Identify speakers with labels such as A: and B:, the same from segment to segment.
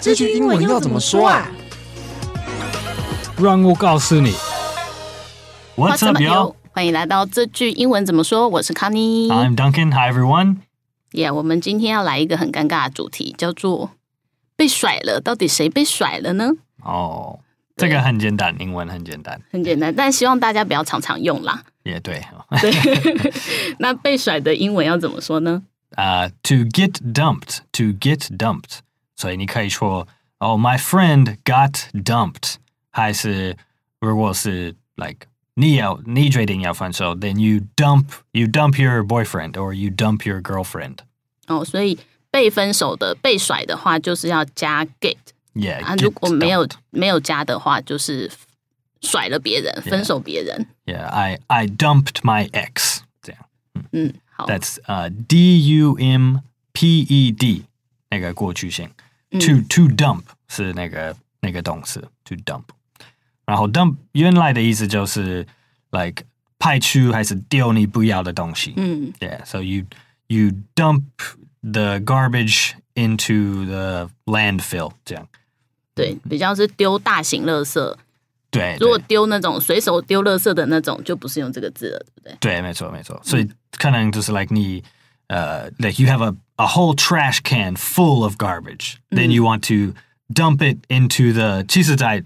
A: 这句英文要怎么说啊？
B: 让我告诉你。
C: What's up, y'all?
A: 欢迎来到这句英文怎么说？我是康妮。
C: I'm Duncan. Hi, everyone.
A: Yeah，我们今天要来一个很尴尬的主题，叫做被甩了。到底谁被甩了呢？
C: 哦，这个很简单，英文很简单，
A: 很简单，但希望大家不要常常用啦。
C: 也对。
A: 对，那被甩的英文要怎么说呢？
C: 呃，to get dumped, to get dumped，所以你可以说哦，my friend got dumped，还是如果是 like 你要你决定要分手，then you dump you dump your boyfriend or you dump your girlfriend。
A: 哦，所以被分手的、被甩的话，就是要加 get。
C: Yeah，
A: 啊，
C: get
A: 如果没有
C: dumped.
A: 没有加的话，就是甩了别人，分手别人。
C: ，Yeah，I I dumped my ex，这样
A: 嗯，好，
C: ，that's 呃、d u m p e d 那个过去性。
A: 嗯
C: to to dump 是那个那个动词 to dump，然后 dump 原来的意思就是 like 派出还是丢你不要的东西。
A: 嗯
C: Yeah，so you you dump the garbage into the landfill 这样。
A: 对，比较是丢大型垃圾。
C: 对，
A: 如果
C: 对
A: 丢那种随手丢垃圾的那种，就不是用这个字了，对不对？
C: 对，没错没错，所以可能就是 like 你呃、like you have a a whole trash can full of garbage, then you want to dump it into the 其实在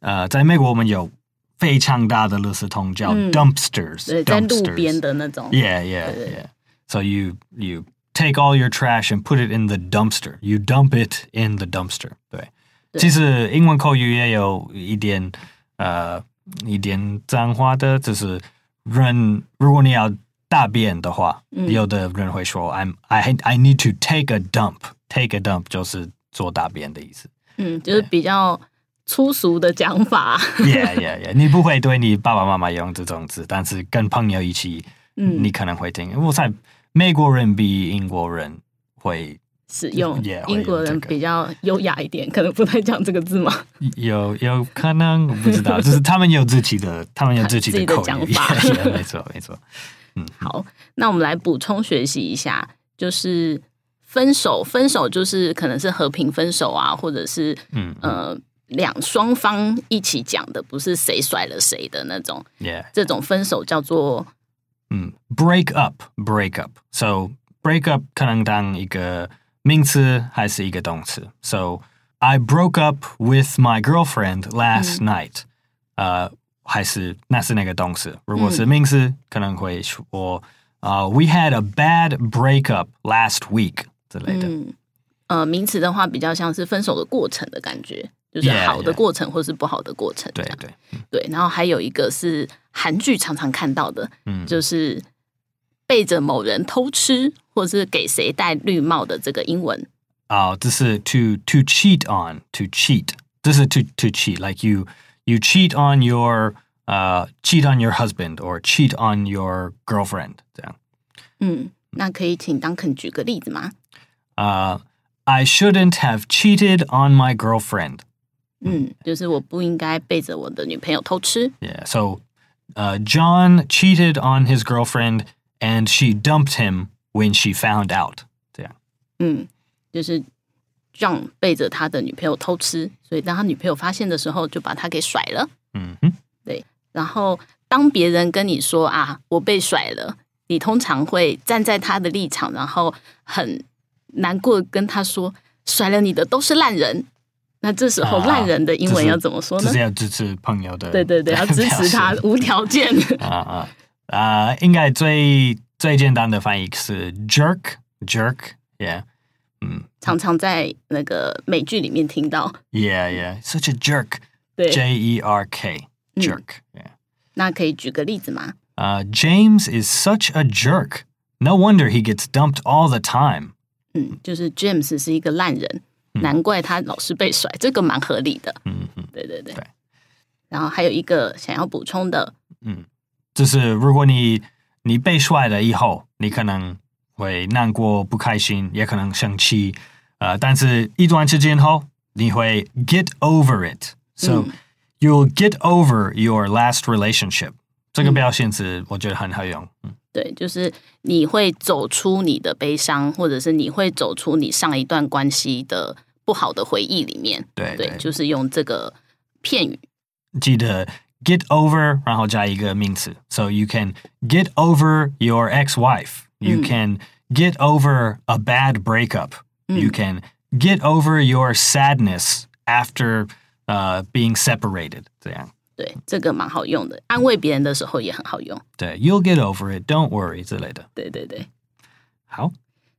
C: 呃在美国我们有非常大的垃圾桶叫
A: 嗯
C: dumpsters，、
A: 对，在路边的那种。
C: Yeah, yeah,
A: 对，对，对。
C: yeah. So you you take all your trash and put it in the dumpster. You dump it in the dumpster. 对，
A: 对
C: 其实英文口语也有一点呃一点脏话的，就是人如果你要大便的话，
A: 嗯
C: 有的人会说 I'm I I need to take a dump. Take a dump 就是做大便的意思。
A: 嗯，就是比较粗俗的讲法。
C: yeah, yeah, yeah. 你不会对你爸爸妈妈用这种字，但是跟朋友一起，
A: 嗯
C: 你可能会听。我猜美国人比英国人会
A: 使 用
C: Yeah，
A: 英国
C: 会用
A: 人
C: 这个
A: 比较优雅一点，可能不太讲这个字嘛。
C: 有有可能，我不知道，就是他们有自己的，他们有自己
A: 自己
C: 的
A: 的
C: 口
A: 讲
C: 语。
A: 法
C: Yeah, yeah, 没错，没错。
A: 好，那我们来补充学习一下，就是分手，分手就是可能是和平分手啊，或者是
C: 嗯
A: 呃两双方一起讲的，不是谁甩了谁的那种。
C: Yeah，
A: 这种分手叫做
C: 嗯，break up，break up。So break up 可能当一个名词还是一个动词。So I broke up with my girlfriend last night、呃，还是那是那个动词。如果是名词，可能会说呃、w e had a bad breakup last week 之类的。
A: 嗯呃名词的话，比较像是分手的过程的感觉，就是
C: Yeah，
A: 好的
C: yeah
A: 过程或是不好的过程这
C: 对
A: 样。
C: 对，
A: 对，然后还有一个是韩剧常常看到的，
C: 嗯
A: 就是背着某人偷吃，或是给谁戴绿帽的这个英文。
C: Oh, this is to to cheat on to cheat. This is to to cheat. Like you you cheat on your uh cheat on your husband or cheat on your girlfriend. 这样。
A: 嗯，那可以请 Duncan 举个例子吗？嗯
C: Uh, I shouldn't have cheated on my girlfriend.
A: 嗯，就是我不应该背着我的女朋友偷吃。
C: Yeah. So, uh, John cheated on his girlfriend, and she dumped him when she found out. 这样。
A: 嗯，就是 John 背着他的女朋友偷吃，所以当他女朋友发现的时候，就把他给甩了。
C: 嗯哼。
A: 然后当别人跟你说啊，我被甩了，你通常会站在他的立场，然后很难过地跟他说，甩了你的都是烂人。那这时候
C: 啊
A: 烂人的英文
C: 这是
A: 要怎么说呢？
C: 这是要支持朋友的
A: 对对对，要 支持他
C: 表示。
A: 无条件。
C: 啊啊啊！应该最最简单的翻译是 jerk jerk，yeah，嗯
A: 常常在那个美剧里面听到。
C: ，yeah yeah，such a
A: 对
C: jerk，J E R K
A: 嗯
C: jerk，yeah，
A: 那可以举个例子吗？
C: 呃、James is such a jerk. No wonder he gets dumped all the time.
A: 嗯，就是 James 是一个烂人，难怪他老是被甩，这个蛮合理的。
C: 嗯哼
A: 对对对
C: 对。
A: 然后还有一个想要补充的，
C: 嗯，就是如果你你被甩了以后，你可能会难过、不开心，也可能生气，呃，但是一段时间后，你会 get over it。So、
A: 嗯
C: you'll get over your last relationship。这个表现词我觉得很好用。嗯
A: 对，就是你会走出你的悲伤，或者是你会走出你上一段关系的不好的回忆里面。
C: 对
A: 对，
C: 对
A: 就是用这个片语。
C: 记得 get over 然后加一个名词。So you can get over your ex-wife. You can get over a bad breakup. You can get over your sadness after uh, being separated.
A: 对，这个蛮好用的，安慰别人的时候也很好用。
C: you will get over it. Don't worry
A: 对对对，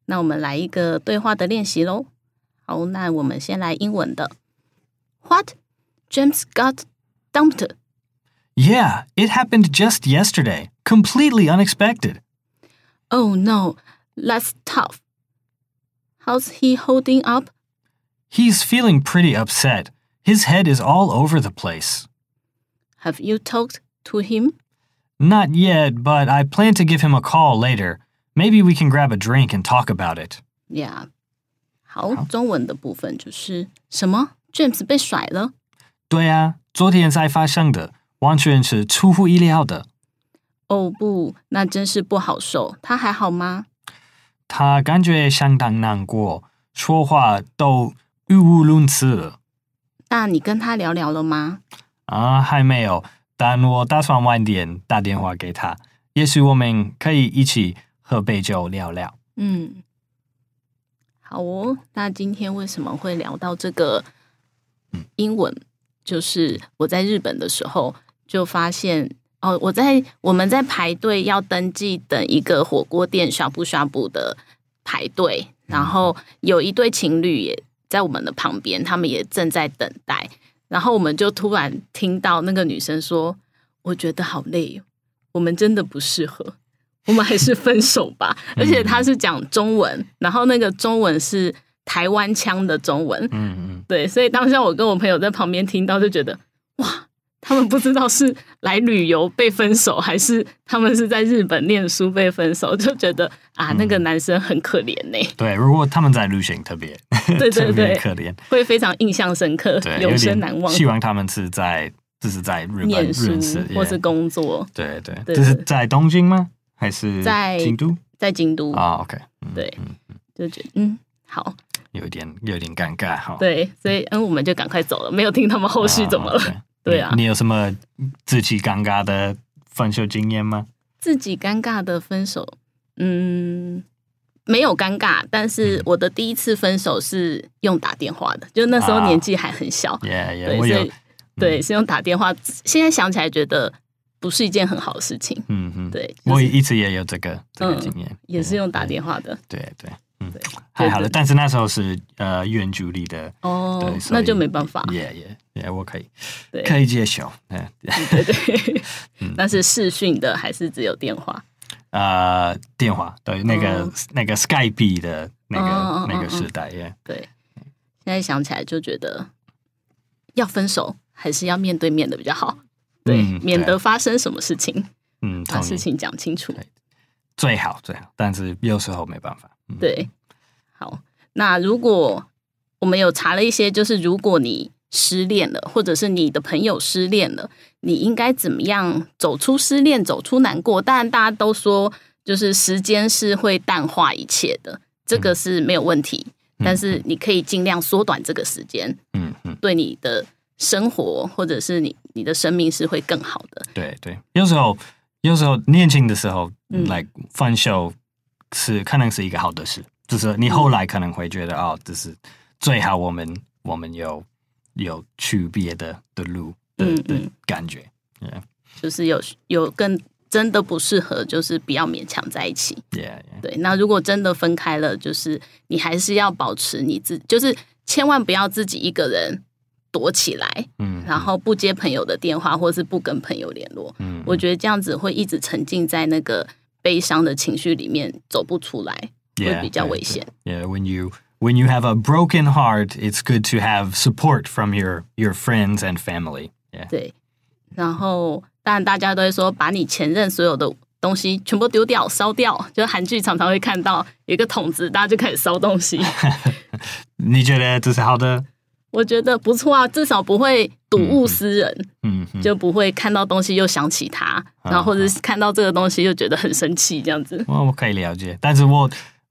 A: 那我们来一个对话的练习喽。好，那我们先来英文的。What? James got dumped.
C: Yeah, it happened just yesterday. Completely unexpected.
A: Oh no, that's tough. How's he holding up?
C: He's feeling pretty upset. His head is all over the place.
A: Have you talked to him?
C: Not yet, but I plan to give him a call later. Maybe we can grab a drink and talk about it.
A: Yeah. 好，中文的部分就是什么？James 被甩了
C: 对啊，昨天才发生的，完全是出乎意料的。他感觉到很难过。
A: 哦不，那真是不好受。他还好吗？那你跟他聊聊了吗？
C: 说话都语无伦次了。啊，还没有，但我打算晚点打电话给他。也许我们可以一起喝杯酒聊聊。
A: 嗯，好哦。那今天为什么会聊到这个英文？就是我在日本的时候就发现哦，我在我们在排队要登记等一个火锅店呷哺呷哺的排队，然后有一对情侣也在我们的旁边，他们也正在等待，然后我们就突然听到那个女生说：“我觉得好累哦，我们真的不适合。”我们还是分手吧。而且他是讲中文，然后那个中文是台湾腔的中文，
C: 嗯嗯，
A: 对，所以当下我跟我朋友在旁边听到，就觉得哇，他们不知道是来旅游被分手，还是他们是在日本念书被分手，就觉得啊，
C: 嗯
A: 那个男生很可怜呢、
C: 对，如果他们在旅行，特别
A: 对对对，
C: 特别可怜。
A: 会非常印象深刻
C: 对，，
A: 永生
C: 有点
A: 难忘。
C: 希望他们是在就是在日本
A: 念书
C: 认识，
A: 或是
C: yeah
A: 工作，
C: 对对，
A: 对
C: 这是在东京吗？还是
A: 在
C: 京都
A: 在京都，
C: 啊？OK，嗯
A: 对
C: 嗯，
A: 就觉得嗯好，
C: 有一点有点尴尬哈。
A: 对，所以嗯我们就赶快走了，没有听他们后
C: 啊，
A: 续怎么了。
C: OK
A: 对啊
C: 你你有什么自己尴尬的分手经验吗？
A: 自己尴尬的分手，嗯，没有尴尬，但
C: 嗯
A: 是我的第一次分手是用打电话的，就那时候
C: 啊
A: 年纪还很小，
C: 也也
A: 对，
C: 我
A: 所
C: 有，
A: 以
C: 嗯
A: 对是用打电话。现在想起来觉得不是一件很好的事情，
C: 嗯嗯，
A: 对，就
C: 我
A: 是
C: 一直也有这个这个
A: 嗯
C: 经验，
A: 也是用打电话的
C: 对对，嗯
A: 对，
C: 还好了，
A: 对对
C: 但是那时候是呃远距离的，
A: 哦
C: 对，，所
A: 那
C: 以
A: 就没办法，
C: 也也也我可以
A: 对
C: 可以接受，嗯。
A: 对对，那是视讯的还是只有电话？
C: 呃电话，对，那个、
A: 嗯
C: 那个 Skype 的那个、
A: 嗯嗯嗯
C: 那个
A: 嗯
C: 时代耶。
A: 对，现在想起来就觉得要分手还是要面对面的比较好，对，
C: 嗯
A: 免
C: 对
A: 得发生什么事情。
C: 嗯，
A: 把
C: 同
A: 事
C: 意，
A: 情讲清楚。
C: 最好最好，但是有时候没办法。嗯、
A: 对，好，那如果我们有查了一些，就是如果你失恋了，或者是你的朋友失恋了，你应该怎么样走出失恋，走出难过？当然，大家都说就是时间是会淡化一切的，这个是没有问题。但是你可以尽量缩短这个时间，
C: 嗯嗯，
A: 对你的生活或者是你你的生命是会更好的。
C: 对对，有时候有时候年轻的时候、
A: 嗯
C: l i k e 分手是可能是一个好的事，就是你后来可能会觉得、哦，这是最好我们我们有有区别的的路的、
A: 嗯
C: 的
A: 嗯
C: 感觉。
A: 就是有有更真的不适合，就是不要勉强在一起。
C: Yeah, yeah.
A: 对，那如果真的分开了，就是你还是要保持你自，就是千万不要自己一个人躲起来，
C: 嗯，
A: 然后不接朋友的电话，或是不跟朋友联络。
C: 嗯，
A: 我觉得这样子会一直沉浸在那个悲伤的情绪里面，走不出来，会比较危险。
C: Yeah, when you when you have a broken heart, it's good to have support from your your friends and family. Yeah.
A: 对，然后当然大家都会说，把你前任所有的。东西全部丢掉、烧掉，就是韩剧常常会看到有一个桶子，大家就开始烧东西。 我觉得不错啊，至少不会睹物思人。
C: 你觉得这是好的？嗯嗯。我我我也有这个经验，啊
A: 就不会看到东西又想起他，然后或者是看到这个东西又觉得很生气这样子。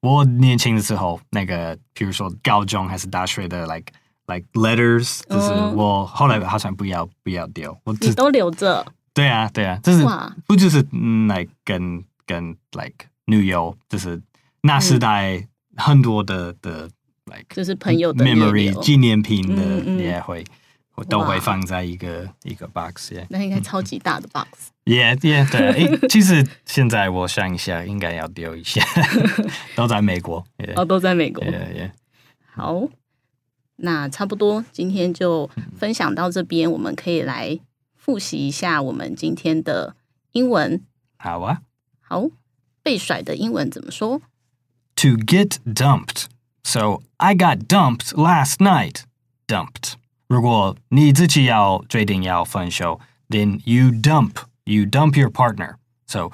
C: 我年轻的时候，那个比如说高中还是大学的，like like letters，就是
A: 嗯
C: 我后来好像不要不要丢，我
A: 你
C: 只
A: 都留着
C: 对啊对啊，就是
A: 哇
C: 不就是嗯，like 跟跟 like 女友，就是那时代很多的的 like
A: 就是朋友的
C: memory
A: 留
C: 纪念品
A: 嗯
C: 的
A: 嗯
C: 也会我都
A: 哇
C: 会放在一个一个 box 里。
A: 那应该超级大的
C: 嗯
A: box。
C: 也也对，诶 其实现在我想一下，应该要丢一下， 都在美国。也
A: 哦，都在美国。
C: 也也，
A: 好，那差不多今天就分享到这边，我们可以来复习一下我们今天的英文。
C: 好啊。
A: 好，被甩的英文怎么说？
C: To get dumped. So I got dumped last night. Dumped. 如果你自己要决定要分手, then you dump. You dump your partner. So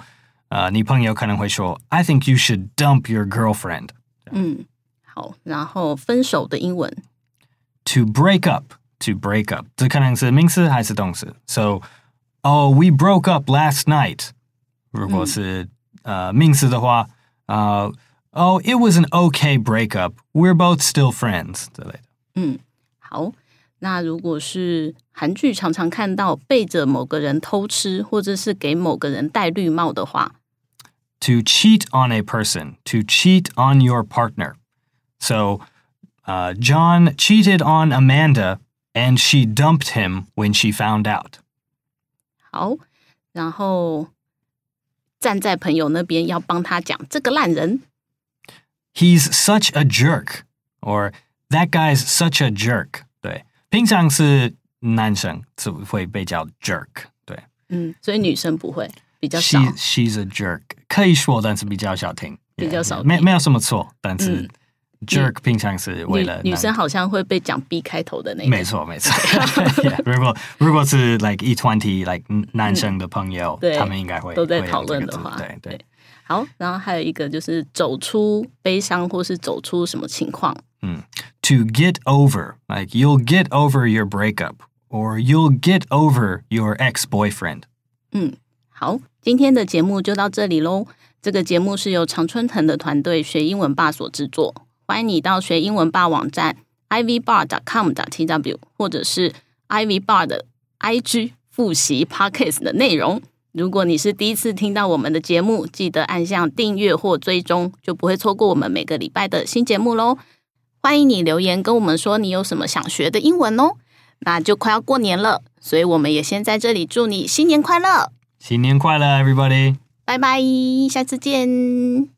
C: 呃，你朋友可能会说, I think you should dump your girlfriend.
A: 嗯，好，然后分手的英文
C: to break up to break up 这可能是名词还是动词 so oh we broke up last night 如果是、嗯呃名词的话，呃 oh it was an okay breakup we're both still friends 之类的。
A: 好。那如果是韩剧常常看到背着某个人偷吃，或者是给某个人戴绿帽的话，
C: to cheat on a person to cheat on your partner so uh, John cheated on Amanda and she dumped him when she found out
A: 好，然后站在朋友那边要帮他讲这个烂人，
C: He's such a jerk, or that guy's such a jerk. 对，平常是男生是会被叫 jerk
A: 嗯，所以女生不会比较少，
C: 对。She she's a jerk 可以说，但是比较少听，
A: 比较少听。
C: 没没有什么错，但是 jerk
A: 女
C: 平常是为了
A: 女生好像会被讲 B 开头的那个，
C: 没错没错。yeah, 如果如果是 like 一团体 like 男生的朋友，
A: 对，
C: 他们应该会
A: 都在
C: 会有
A: 讨论的
C: 这个字，
A: 话，
C: 对对。
A: 对。好，然后还有一个就是走出悲伤或是走出什么情况，
C: to get over. Like you'll get over your breakup or you'll get over your ex boyfriend.
A: 好，今天的节目就到这里喽。这个节目是由常春藤的团队学英文爸所制作，欢迎你到学英文爸网站 ivbar.com.tw 或者是 ivbar 的 IG 复习 Podcast 的内容。如果你是第一次听到我们的节目，记得按下订阅或追踪，就不会错过我们每个礼拜的新节目喽。欢迎你留言跟我们说你有什么想学的英文哦。那就快要过年了，所以我们也先在这里祝你新年快乐。
C: 新年快乐, everybody.
A: 拜拜，下次见。